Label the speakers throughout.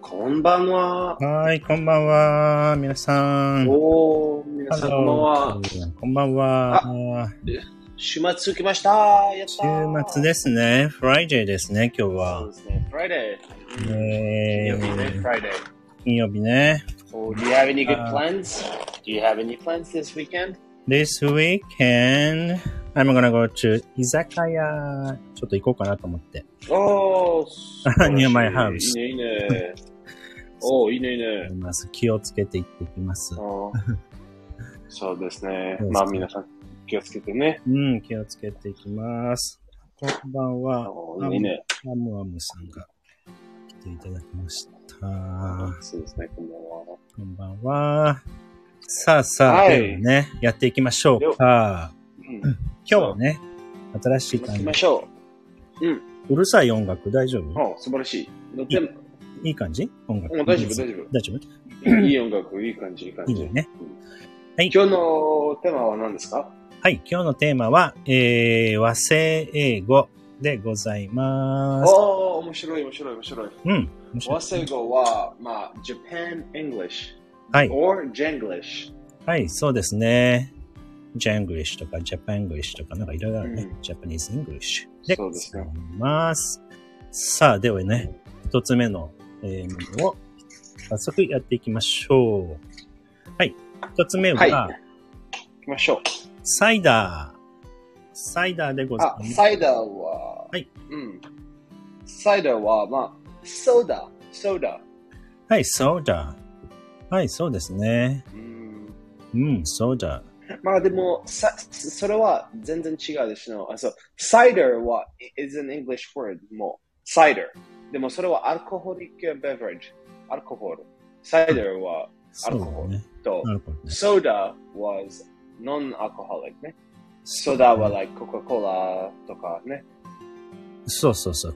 Speaker 1: こんばんは。
Speaker 2: はい、こんばんは、皆さん。
Speaker 1: おー、皆さんこんばんは。
Speaker 2: こんばんは。
Speaker 1: 週末来ました。やった
Speaker 2: 週末ですね。フライデーですね、今
Speaker 1: そ
Speaker 2: 日
Speaker 1: う
Speaker 2: は
Speaker 1: で。すね、フライデー。うん金
Speaker 2: え
Speaker 1: 曜日ね、フ
Speaker 2: ー、
Speaker 1: ライデー。
Speaker 2: 金曜日ね。
Speaker 1: Oh, do you have any good
Speaker 2: Uh,
Speaker 1: plans? Do you have any plans this weekend?
Speaker 2: This weekend, I'm gonna go to 居酒屋。ちょっと行こうかなと思って。
Speaker 1: Oh,
Speaker 2: ニューマイハウス
Speaker 1: いいね、いい ね。おー、いいね、いいね。
Speaker 2: まず気をつけて行ってきます。
Speaker 1: あーそうですね
Speaker 2: そうです。ね
Speaker 1: まあ皆さん気をつけてね。
Speaker 2: うん、気をつけていきます。こんばんは。
Speaker 1: おーいいね。
Speaker 2: アムアムさんが来ていただきました。
Speaker 1: そうですね、こんばんは。
Speaker 2: こんばんは。さあさあ、
Speaker 1: はい
Speaker 2: ではね、やっていきましょうか。
Speaker 1: うん、
Speaker 2: 今日はね、新しい
Speaker 1: 行
Speaker 2: 感
Speaker 1: き
Speaker 2: じ
Speaker 1: ま。しょ
Speaker 2: うるさい音楽大丈
Speaker 1: う。
Speaker 2: 夫
Speaker 1: おー、素晴らしい。どっちでも、
Speaker 2: いい感じ音楽。
Speaker 1: もう大丈夫、大丈夫。
Speaker 2: 大丈夫
Speaker 1: いい音楽、いい感じ、いい感じ。
Speaker 2: いいね
Speaker 1: うん
Speaker 2: はい
Speaker 1: 今日のテーマは何ですか
Speaker 2: はい、今日のテーマは、えー、和製英語でございます。
Speaker 1: おおー、面白い、面白い、面白い。
Speaker 2: うん。面白い
Speaker 1: 和製語は、まあ、Japan English
Speaker 2: はい、
Speaker 1: or Janglish。
Speaker 2: はい、そうですね。ジャングリッシュとか、ジャパングリッシュとか、なんかいろいろあるね。
Speaker 1: うん
Speaker 2: ジャパニーズ・イングリッシュで
Speaker 1: そ
Speaker 2: ご
Speaker 1: うです
Speaker 2: ざ
Speaker 1: ね
Speaker 2: います。さあ、ではね、一つ目の、えー、ものを早速やっていきましょう。はい。一つ目は、
Speaker 1: はい。行きましょう。
Speaker 2: サイダー。サイダーでござ
Speaker 1: あ
Speaker 2: いま、す。
Speaker 1: サイダーは、
Speaker 2: はい。
Speaker 1: うん。サイダーは、まあ、ソーダ、ソーダ。
Speaker 2: はい、ソーダ。はい、そうですね。
Speaker 1: うん。
Speaker 2: うん、ソーダ。
Speaker 1: まあでも、さそれは全然違うですの。あそうサイダーは、is an English word もう、サイダー。でもそれはアルコホリックベベレッジ、アルコホール。サイダーは、ア
Speaker 2: そ
Speaker 1: ル
Speaker 2: う
Speaker 1: コ
Speaker 2: だ
Speaker 1: ホール
Speaker 2: ね。
Speaker 1: と、
Speaker 2: なるほどね。
Speaker 1: ソーダ was non-alcoholic ね。ソ
Speaker 2: そ
Speaker 1: ーダは like Coca-Cola とかね。
Speaker 2: そうそうそう。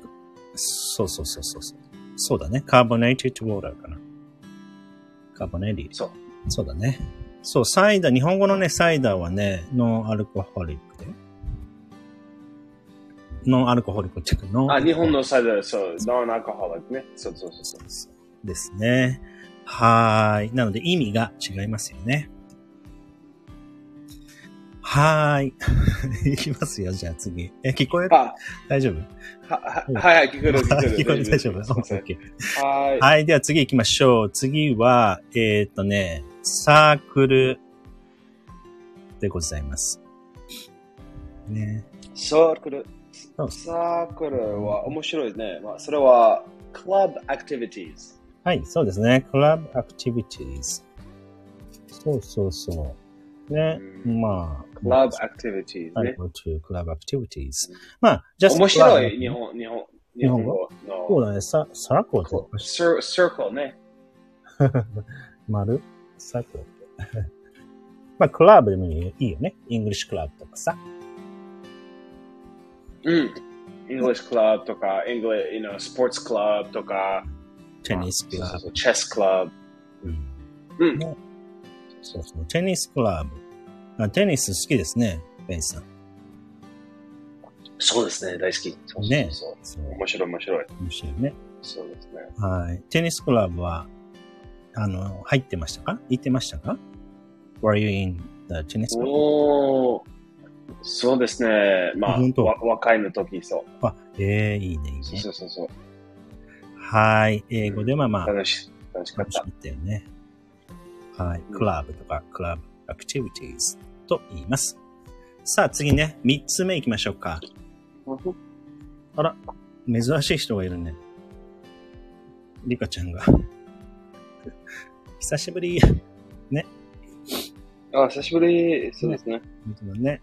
Speaker 2: そうそうそうそうそう。そうだね。カーボネイティッドウォーターかな。カーボネイティ
Speaker 1: そう。
Speaker 2: そうだね。そう、サイダー、日本語のね、サイダーはね、ノンアルコホリックで。ノンアルコホリックっていうか、ノン
Speaker 1: あ、日本のサイダー、そう、non-alcoholic ね。そうそうそうそう。
Speaker 2: ですね。はーい。なので意味が違いますよね。はーい。 いきますよ、じゃあ次。え、聞こえる
Speaker 1: あ、
Speaker 2: 大丈夫
Speaker 1: は、は、はいはい、聞こえる、聞こえる。
Speaker 2: 聞こえる大丈夫
Speaker 1: すいません
Speaker 2: OK
Speaker 1: はい。
Speaker 2: はい。では次行きましょう。次は、えっ、とね、サークルでございます。ね。
Speaker 1: サークル
Speaker 2: そう。
Speaker 1: サークルは面白いね。まあ、それは、クラブアクティビティーズ。
Speaker 2: はい、そうですね。クラブアクティビティーズ。そうそうそう。ね。
Speaker 1: うん
Speaker 2: まあ。
Speaker 1: クラブアクティビティーズ
Speaker 2: I
Speaker 1: ね。
Speaker 2: go to club activities.
Speaker 1: うん
Speaker 2: まあ、じゃあ、
Speaker 1: 面白
Speaker 2: クラ
Speaker 1: い、
Speaker 2: ブ
Speaker 1: 日。本、日本、
Speaker 2: 日本語
Speaker 1: 日本
Speaker 2: そう
Speaker 1: 語
Speaker 2: だね、ササラコー
Speaker 1: の
Speaker 2: と、。
Speaker 1: サーサークルね。
Speaker 2: 丸サラコーって。 まあ、クラブでもいいよね。イングリッシュクラブとかさ。
Speaker 1: うん。English club とか、English, you know, sports club とか、
Speaker 2: テニスクラ
Speaker 1: そう
Speaker 2: ブ。
Speaker 1: そうチェスクラブ。うん
Speaker 2: ねそうそう、テニスクラブ。あテニス好きですね、ベンさん。
Speaker 1: そうですね、大好き。そうそう
Speaker 2: ね
Speaker 1: そう。
Speaker 2: そう、
Speaker 1: 面白い、面白い。
Speaker 2: 面白いね。
Speaker 1: そうですね。
Speaker 2: はい。テニスクラブは、あの、入ってましたか行ってましたか ?Were you in the tennis club?
Speaker 1: おーそうですね。まあ、
Speaker 2: 本当
Speaker 1: わ若いの時、そ。
Speaker 2: あ、ええいいね、いいうね。
Speaker 1: そうそうそう。
Speaker 2: はい。英語ではまあ、
Speaker 1: 楽し、楽しかっ。
Speaker 2: 楽したみだよね。はい。
Speaker 1: うん
Speaker 2: クラブとか、クラブアクティビティーズと言います。さあ次ね、三つ目行きましょうか。あら、珍しい人がいるね。リカちゃんが。 久しぶり。
Speaker 1: あ、久しぶり。そうですね。
Speaker 2: 本当だね。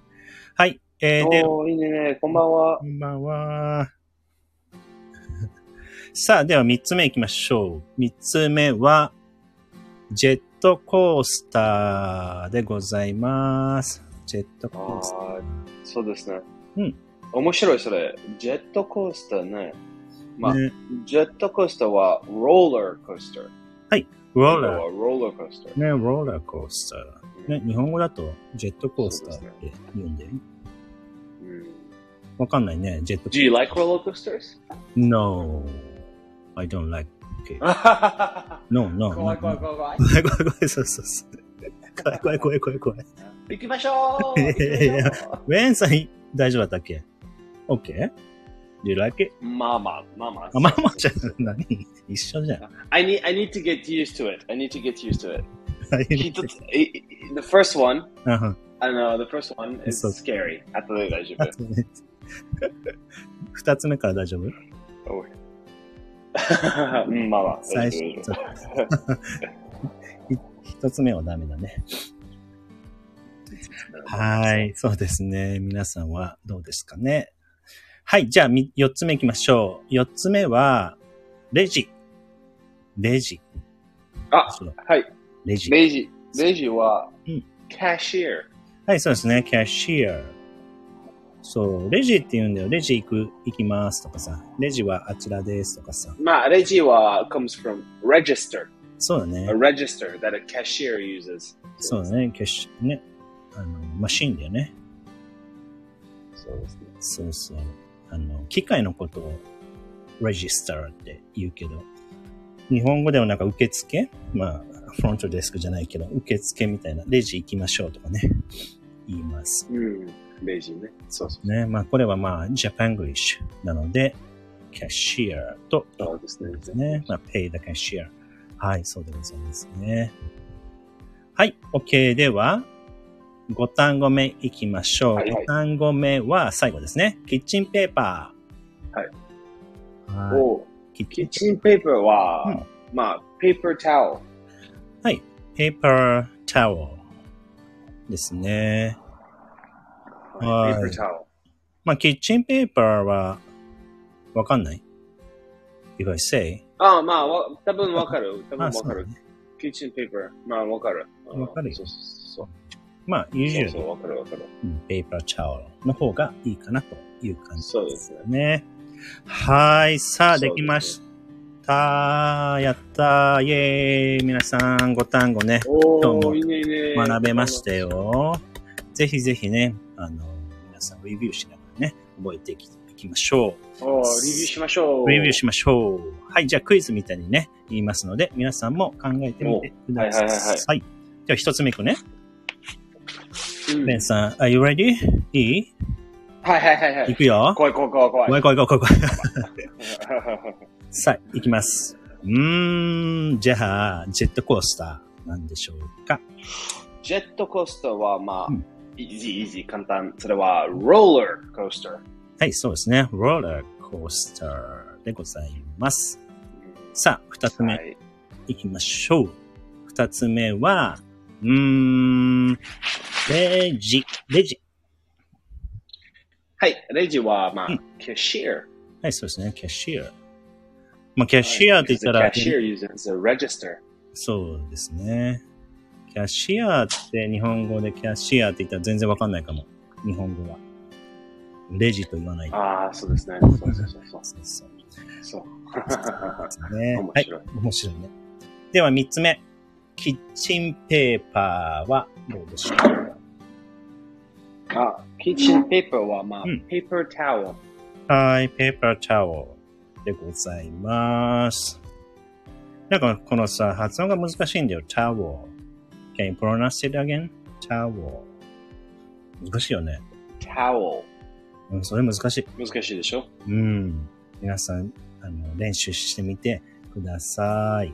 Speaker 2: はい。えー、で、
Speaker 1: おーいいね。こんばんは
Speaker 2: こ。んばんは。 さあ、では3つ目行きましょう。3つ目は、ジェットコースターでございます。ジェットコースター。
Speaker 1: あーそうですね。
Speaker 2: うん。
Speaker 1: 面白い、それ。ジェットコースターね。まあ、
Speaker 2: ね
Speaker 1: ジェットコースターは、ローラーコースター。
Speaker 2: ローラー。
Speaker 1: はローラーコースター。
Speaker 2: ね、ローラーコースター。ね、日本語だとジェットコースターって言うんで。
Speaker 1: うん
Speaker 2: わかんないね、ジェットコ
Speaker 1: Do you like roller coasters?
Speaker 2: No. I don't like cake.
Speaker 1: 怖
Speaker 2: No, no,
Speaker 1: い
Speaker 2: no.
Speaker 1: 怖い
Speaker 2: no.
Speaker 1: 怖い怖い。
Speaker 2: 怖い怖い怖い、そうそうそう。怖い怖い怖い怖い怖い。
Speaker 1: 行きましょう
Speaker 2: いやいやいや
Speaker 1: 行きましょ
Speaker 2: ウェンさん、大丈夫だったっけ ?OK?Do you like it?
Speaker 1: うまあまあ、まあまあ。
Speaker 2: あ、まあまあじゃない、何一緒じゃん。
Speaker 1: I need, I need to get used to it. I need to get used to it.
Speaker 2: はい
Speaker 1: 一つ、いい the first one,
Speaker 2: うんうん
Speaker 1: I don't know, the first one is
Speaker 2: そう
Speaker 1: scary. あとで大丈
Speaker 2: あとね二つ目から大丈夫
Speaker 1: 夫。おいうんまあまあ。
Speaker 2: 最
Speaker 1: 大丈夫
Speaker 2: 初。そう ひ一つ目はダメだね。はい。そうですね。皆さんはどうですかね。はい。じゃあ、み四つ目行きましょう。四つ目は、レジ。レジ。
Speaker 1: あ、
Speaker 2: そう
Speaker 1: はい。
Speaker 2: レジ。
Speaker 1: レジ、レジは
Speaker 2: うん、
Speaker 1: cashier。
Speaker 2: はい、そうですね。キャッシア。そう、レジって言うんだよ。レジ行く、行きますとかさ。レジはあちらですとかさ。
Speaker 1: まあ、レジは comes from register,
Speaker 2: そうだね
Speaker 1: a。register that a cashier uses.
Speaker 2: そうだね。キャッシュ、ね。あの、マシンだよね。
Speaker 1: そうですね。
Speaker 2: そうそう。あの、機械のことを、レジスターって言うけど、日本語ではなんか受付まあ、フロントデスクじゃないけど、受付みたいな、レジ行きましょうとかね、言います。
Speaker 1: うん、レジね。そうそう。
Speaker 2: ね。まあ、これはまあ、ジャパングリッシュなので、キャッシアと
Speaker 1: そうですね。
Speaker 2: ですね。まあ、pay the cashier. はい、そうでございますね。はい、OK では、5単語目いきましょう。
Speaker 1: はいはい
Speaker 2: 5単語目は最後ですね。キッチンペーパー。はい。
Speaker 1: おう
Speaker 2: キッ
Speaker 1: キ
Speaker 2: チ
Speaker 1: ッ
Speaker 2: ン
Speaker 1: チンペーパーは、まあ、ペーパータオル。
Speaker 2: ペーパータオルですね。はい
Speaker 1: ペーパータオ
Speaker 2: まあ、キッチンペーパーは、わかんない ?if I say?
Speaker 1: ル。ああ、まあ、わ多分わかる。多分わ
Speaker 2: そ
Speaker 1: か
Speaker 2: うだ
Speaker 1: る。
Speaker 2: ね。
Speaker 1: キッチンペーパー。まあ、わかる。ああ
Speaker 2: わかるよ
Speaker 1: そうそう
Speaker 2: まあ、
Speaker 1: そう。そう
Speaker 2: usually
Speaker 1: そう、わかるわかる。
Speaker 2: ペーパータオルの方がいいかなという感じ
Speaker 1: そうですね。
Speaker 2: ね。はい。さあ、
Speaker 1: そうですね
Speaker 2: できました。やったー。イェーイ。皆さん、ご単語ね、今日
Speaker 1: お
Speaker 2: も
Speaker 1: ー、いいねいいね。
Speaker 2: 学べました。よ。ぜひぜひね、あの、皆さん、レビューしながらね、覚えていきいきましょ
Speaker 1: おー、レビューしましょう。
Speaker 2: う。レビューしましょう。はい。じゃあ、クイズみたいにね、言いますので、皆さんも考えてみてください。
Speaker 1: おはいはいはいはい
Speaker 2: では、一つ目いくね。
Speaker 1: うん
Speaker 2: ベンさん、are you ready? いい
Speaker 1: はいはいはいはいい。
Speaker 2: くよ。
Speaker 1: 怖い怖い怖い怖い。
Speaker 2: 怖い怖い怖い怖い。
Speaker 1: は
Speaker 2: さあ、いきます。うーん、じゃあ、ジェットコースターなんでしょうか。
Speaker 1: いジェットコースターは、まあ
Speaker 2: うん、
Speaker 1: イージーイージー、簡単。それは、ローラーコースター。
Speaker 2: はい、そうですね。ローラーコースターでございます。さあ、二つ
Speaker 1: は
Speaker 2: 目
Speaker 1: い
Speaker 2: いきましょう。二つ目は、うーん、レジ、レジ。
Speaker 1: はい、レジは、まあ
Speaker 2: うん、
Speaker 1: キャッシャー。
Speaker 2: はい、そうですね。キャッシアー。まあ、キャッシアーって言ったら、
Speaker 1: キャッシャー uses a register.
Speaker 2: そうですね。キャッシアーって日本語でキャッシアーって言ったら全然わかんないかも。日本語は。レジと言わない。
Speaker 1: ああ、そうですね。そうそうそうそう。
Speaker 2: そうそう。
Speaker 1: そう
Speaker 2: ね
Speaker 1: 面
Speaker 2: はい
Speaker 1: 白い。
Speaker 2: 面白いね。では三つ目。キッチンペーパーはどうでしょうか
Speaker 1: あ、キッチンペーパーは、まあ
Speaker 2: うん、
Speaker 1: ペーパータオル。
Speaker 2: はい、ペーパータオルでございます。なんかこのさ、発音が難しいんだよ。タオル。Can you pronounce it again? タオル。難しいよね。
Speaker 1: タオ
Speaker 2: うん、それ難しい。
Speaker 1: ル。難しいでしょ
Speaker 2: うん。皆さん、あの、練習してみてください。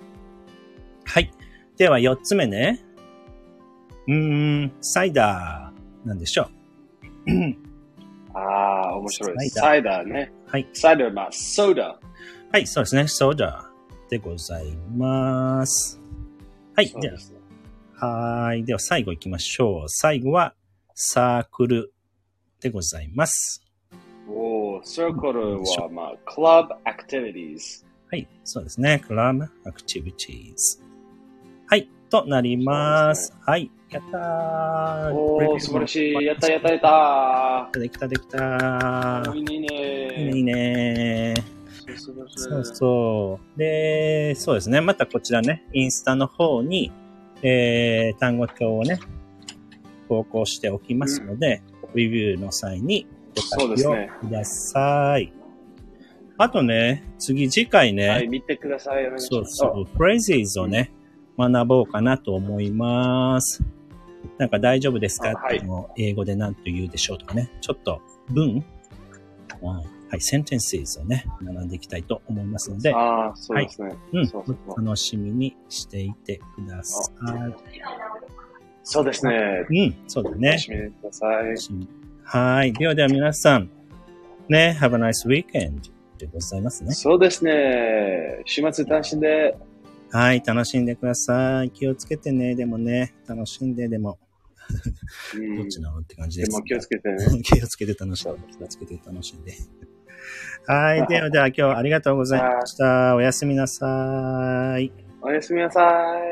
Speaker 2: はい。では、四つ目ね。うーん、サイダー、なんでしょう。
Speaker 1: ああ、面白いです。
Speaker 2: サ
Speaker 1: サイダーね。
Speaker 2: はい。
Speaker 1: サイダー、まあ、ソーダ。
Speaker 2: はい、そうですね。ソーダでございます。はい。
Speaker 1: そう
Speaker 2: じゃ
Speaker 1: ですね。
Speaker 2: あ、はーい。では、最後行きましょう。最後は、サークルでございます。
Speaker 1: おー、サークルは、まあ、クラブアクティビティーズ。
Speaker 2: はい。そうですね。クラブアクティビティーズ。はい。となります。はい。やったー。
Speaker 1: おー、素晴らしい。やったやったやっ
Speaker 2: ったた。できたできた。
Speaker 1: いいねいいね
Speaker 2: いいねー。
Speaker 1: そう
Speaker 2: そ
Speaker 1: そうう
Speaker 2: そう。で、そうですね。またこちらね、インスタの方に、えー、単語表をね、投稿しておきますので、レビューの際にご
Speaker 1: そうで
Speaker 2: 活
Speaker 1: す
Speaker 2: 用
Speaker 1: ね
Speaker 2: ください。あとね、次、次回ね、
Speaker 1: はい、見てください。お願いし
Speaker 2: そ
Speaker 1: ま
Speaker 2: う
Speaker 1: す
Speaker 2: そう、フレーゼーズをね、学ぼうかなと思います。なんか大丈夫ですか
Speaker 1: あはい
Speaker 2: っていうのを英語で何と言うでしょうとかね、ちょっと文、はい、はい、センテンスをね、学んでいきたいと思いますので、
Speaker 1: ああ、そうですね。
Speaker 2: うん
Speaker 1: そうそうそ、う
Speaker 2: 楽しみにしていてくださ
Speaker 1: そうですね。
Speaker 2: い。うん、そうだね
Speaker 1: 楽。しみにください。
Speaker 2: はい。ではでは皆さん、ね、Have a nice weekend でございますね。
Speaker 1: そうですね。週末単身で、
Speaker 2: はい、楽しんでください。気をつけてね、でもね、楽しんで、でも、
Speaker 1: う
Speaker 2: どっ
Speaker 1: ん、
Speaker 2: ちなのって感じで。
Speaker 1: ですも気をつけてね。
Speaker 2: 気をつけて楽しんで、気をつけて楽し んで。はい、ではでは今日はありがとうございました。おやすみなさい。
Speaker 1: おやすみなさい。